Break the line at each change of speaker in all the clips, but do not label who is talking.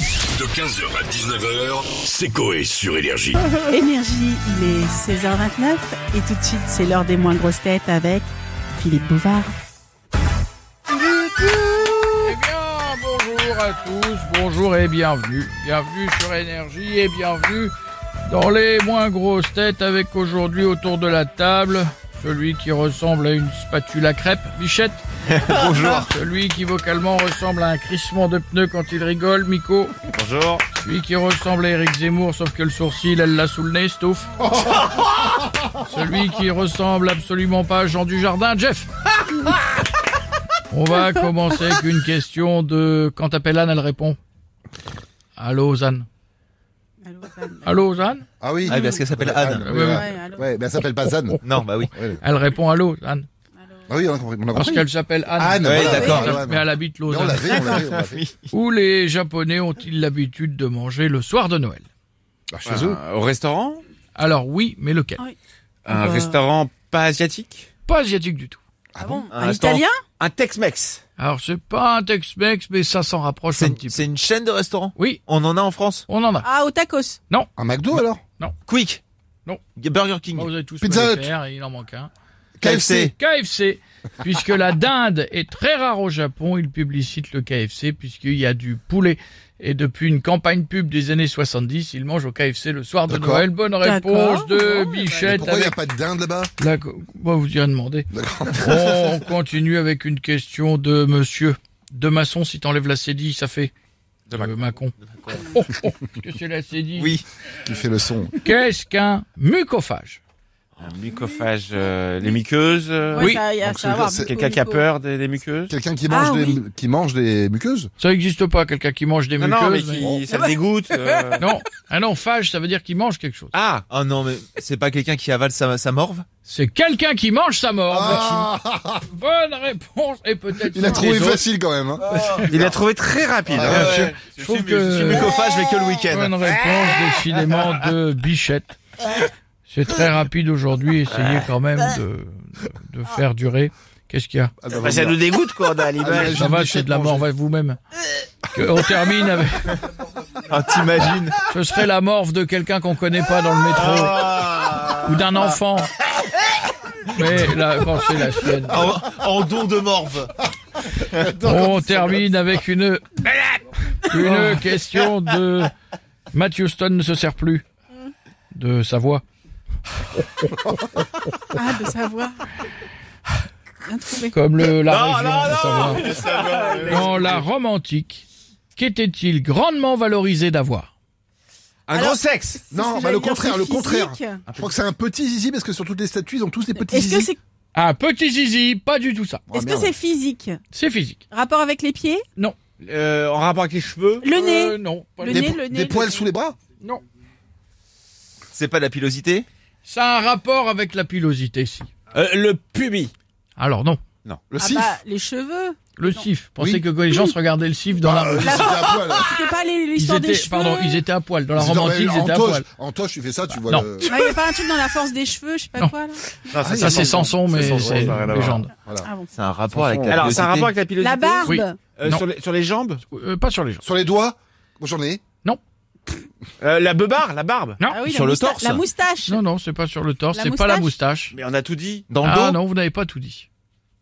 De 15h à 19h, c'est Coé sur Énergie.
Énergie, il est 16h29 et tout de suite c'est l'heure des moins grosses têtes avec Philippe Bouvard.
Eh bien, bonjour à tous, bonjour et bienvenue. Bienvenue sur Énergie et bienvenue dans les moins grosses têtes avec aujourd'hui autour de la table celui qui ressemble à une spatule à crêpes, Bichette.
Bonjour.
Celui qui vocalement ressemble à un crissement de pneus quand il rigole, Miko.
Bonjour.
Celui qui ressemble à Eric Zemmour, sauf que le sourcil, elle l'a sous le nez, Stouff. Celui qui ressemble absolument pas à Jean Dujardin, Jeff. On va commencer avec une question de... Quand t'appelles Anne, elle répond. Allô, Zane.
Allô, Zane.
Allô, Zane
Ah oui.
Ah, parce qu'elle s'appelle Anne.
Ouais, ouais.
Ouais, Oh. allô.
Ouais, mais elle s'appelle pas Zane.
Non, bah oui.
Elle répond allô, Zane.
Ah oui, on a compris. On a
Parce
compris.
qu'elle s'appelle Anne.
Anne,
Ouais,
voilà,
d'accord.
voilà,
Mais
voilà.
elle habite
Mais on
Lausanne.
l'avait, on l'avait, on l'avait.
Où les Japonais ont-ils l'habitude de manger le soir de Noël
Bah, Chez eux.
Ah, Au restaurant
Alors oui, mais lequel
Un
Euh.
restaurant pas asiatique
Pas asiatique du tout.
Ah bon
Un
Un
restaurant.
italien
Un Tex-Mex
Alors c'est pas un Tex-Mex, mais ça s'en rapproche un
C'est
petit peu.
c'est une chaîne de restaurants
Oui,
On en a en France
on en a.
Ah, au tacos.
Un McDo alors
Quick
Non.
Burger
Bon,
King
Bah, vous avez tous
Pizza
me
Hut.
les faire, et il en manque un.
KFC
KFC, puisque la dinde est très rare au Japon, ils publicitent le KFC puisqu'il y a du poulet. Et depuis une campagne pub des années 70, ils mangent au KFC le soir de
D'accord.
Noël. Bonne réponse
D'accord.
de
Bon, eh ben,
Mais
Bichette
Pourquoi il n'y a
avec...
pas de dinde là-bas
Ah.
la co- Bah, vous irez demander.
D'accord.
On continue avec une question de monsieur. De maçon, si t'enlèves la cédille, ça fait... De Macon. Oh, oh, qu'est-ce que c'est la cédille
Oui.
Qui fait le son
Qu'est-ce qu'un mucophage
Un mucophage, euh, les muqueuses euh,
Ouais, ça, y a-
Donc,
ça va avoir
c'est-
beaucoup
Quelqu'un qui a
d'hélico.
peur des, des muqueuses
Quelqu'un qui mange
Ah,
des
oui.
qui mange des muqueuses
Ça n'existe pas, quelqu'un qui mange des
Non, non, mais
muqueuses. mais-
qui, ça le dégoûte. euh.
Non, ah non, phage, ça veut dire qu'il mange quelque chose.
Ah Ah non, mais c'est pas quelqu'un qui avale sa, sa morve
C'est quelqu'un qui mange sa mort.
bah,
Ah
Bonne réponse et peut-être.
Il a
sans
trouvé
les autres.
facile quand même. hein.
Ah.
Il a trouvé très rapide.
Ah,
hein.
ouais.
Je trouve que
Mucophage, mais que le
bonne
week-end.
réponse décidément de Bichette. C'est très rapide aujourd'hui. Essayez quand même de, de- de faire durer. Qu'est-ce qu'il y a
Ah, ça va
Bah, ça
bien.
nous dégoûte, quoi, on a l'image.
Ça va, c'est de la mort. va vous-même. Que- On termine avec.
Ah, t'imagines
Ce serait la morve de quelqu'un qu'on connaît pas dans le métro.
Ah.
ou d'un enfant. Mais la bon, c'est la sienne.
en, en don de morve.
On termine avec une une question de Matthew Stone ne se sert plus de sa voix.
Ah, de savoir. Bien trouvé.
Comme le, la
Non,
région
non,
de Savoie. Dans la Rome antique, qu'était-il grandement valorisé d'avoir
Un
Alors-
gros sexe
Non,
C'est
bah, le
la-
contraire, le
physique.
contraire. Je crois que c'est un petit zizi parce que sur toutes les statues, ils ont tous des petits
Est-ce que
zizi.
c'est
Un petit zizi, pas du tout ça.
Ah,
est-ce que
merde.
c'est physique
C'est physique.
Rapport avec les pieds
Euh, en rapport avec les cheveux
Le
Euh,
nez
Non, pas
Le
du
des,
tout.
nez,
po-
le nez,
des
le
poils
nez.
sous les bras
Non.
C'est pas de la pilosité
Ça a un rapport avec la pilosité, si.
Euh, Le pubis.
Alors non.
Le
Ah
sif
bah, les cheveux.
Le sif. Pensez que quand les gens se regardaient le sif dans la
Bah, euh, c'était à poil.
C'était pas les-
Ils
l'histoire des
étaient,
cheveux.
pardon, ils étaient à poil. Dans la
Non, mais
romantique, ils
en
étaient à
toge-
poil.
En toche, tu fais ça, tu vois euh,
non.
le...
Ah, il y a pas un truc dans la force des cheveux, je sais pas
Non.
quoi. Là.
Non,
ça,
Ça, c'est Samson, mais
Samson,
c'est
ça n'a rien
une
à
légende.
Voilà.
Ah bon.
C'est un rapport avec la
Alors,
pilosité.
c'est un rapport avec la pilosité
La barbe.
Oui.
Euh,
Non.
sur, les, sur les jambes
Euh, pas sur les gens.
Sur les doigts Moi, j'en ai.
Euh, La beubar, la barbe
Ah oui,
Sur
la
le
mousta-
torse.
La moustache.
Non, non, c'est pas sur le torse,
La
c'est pas la moustache.
Mais on a tout dit.
Dans le
ah
dos
non, vous n'avez pas tout dit.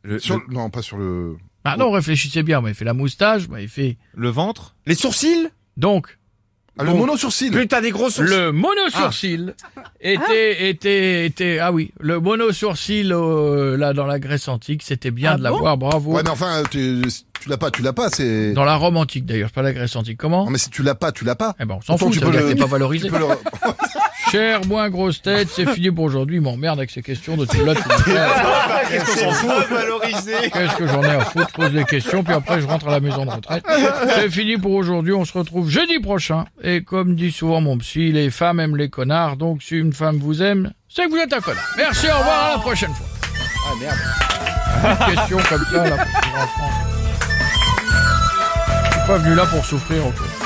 le,
Sur...
le-
Non, pas sur le...
Ah non, réfléchissez bien. Vous m'avez fait la moustache, vous m'avez fait...
le ventre
Les sourcils
Donc,
Ah, le
Bon.
mono-sourcil
Plus t'as des gros sourcils.
le monosourcil
Ah.
était, était, était... Ah oui, le monosourcil, euh, là, dans la Grèce antique, c'était bien
Ah
de
bon
l'avoir, bravo.
Ouais, mais enfin, tu, tu l'as pas, tu l'as pas, c'est...
Dans la Rome antique, d'ailleurs, c'est pas la Grèce antique. Comment
Non, mais si tu l'as pas, tu l'as pas.
Eh ben, on s'en
Pourtant,
fout,
tu
ça
peux
veut dire
le-
que t'es pas
Tu
valorisé.
peux le...
Cher, moins grosse tête, c'est fini pour aujourd'hui. Il m'emmerde avec ces questions de tout là, tout là.
Qu'est-ce qu'on s'en fout valorisé
Qu'est-ce que j'en ai à foutre Je pose des questions, puis après je rentre à la maison de retraite. C'est fini pour aujourd'hui, on se retrouve jeudi prochain. Et comme dit souvent mon psy, les femmes aiment les connards, donc si une femme vous aime, c'est que vous êtes un connard. Merci, au revoir, à la prochaine fois.
Ah, merde.
Une question comme ça, là, pour les enfants. Je suis pas venu là pour souffrir, en fait.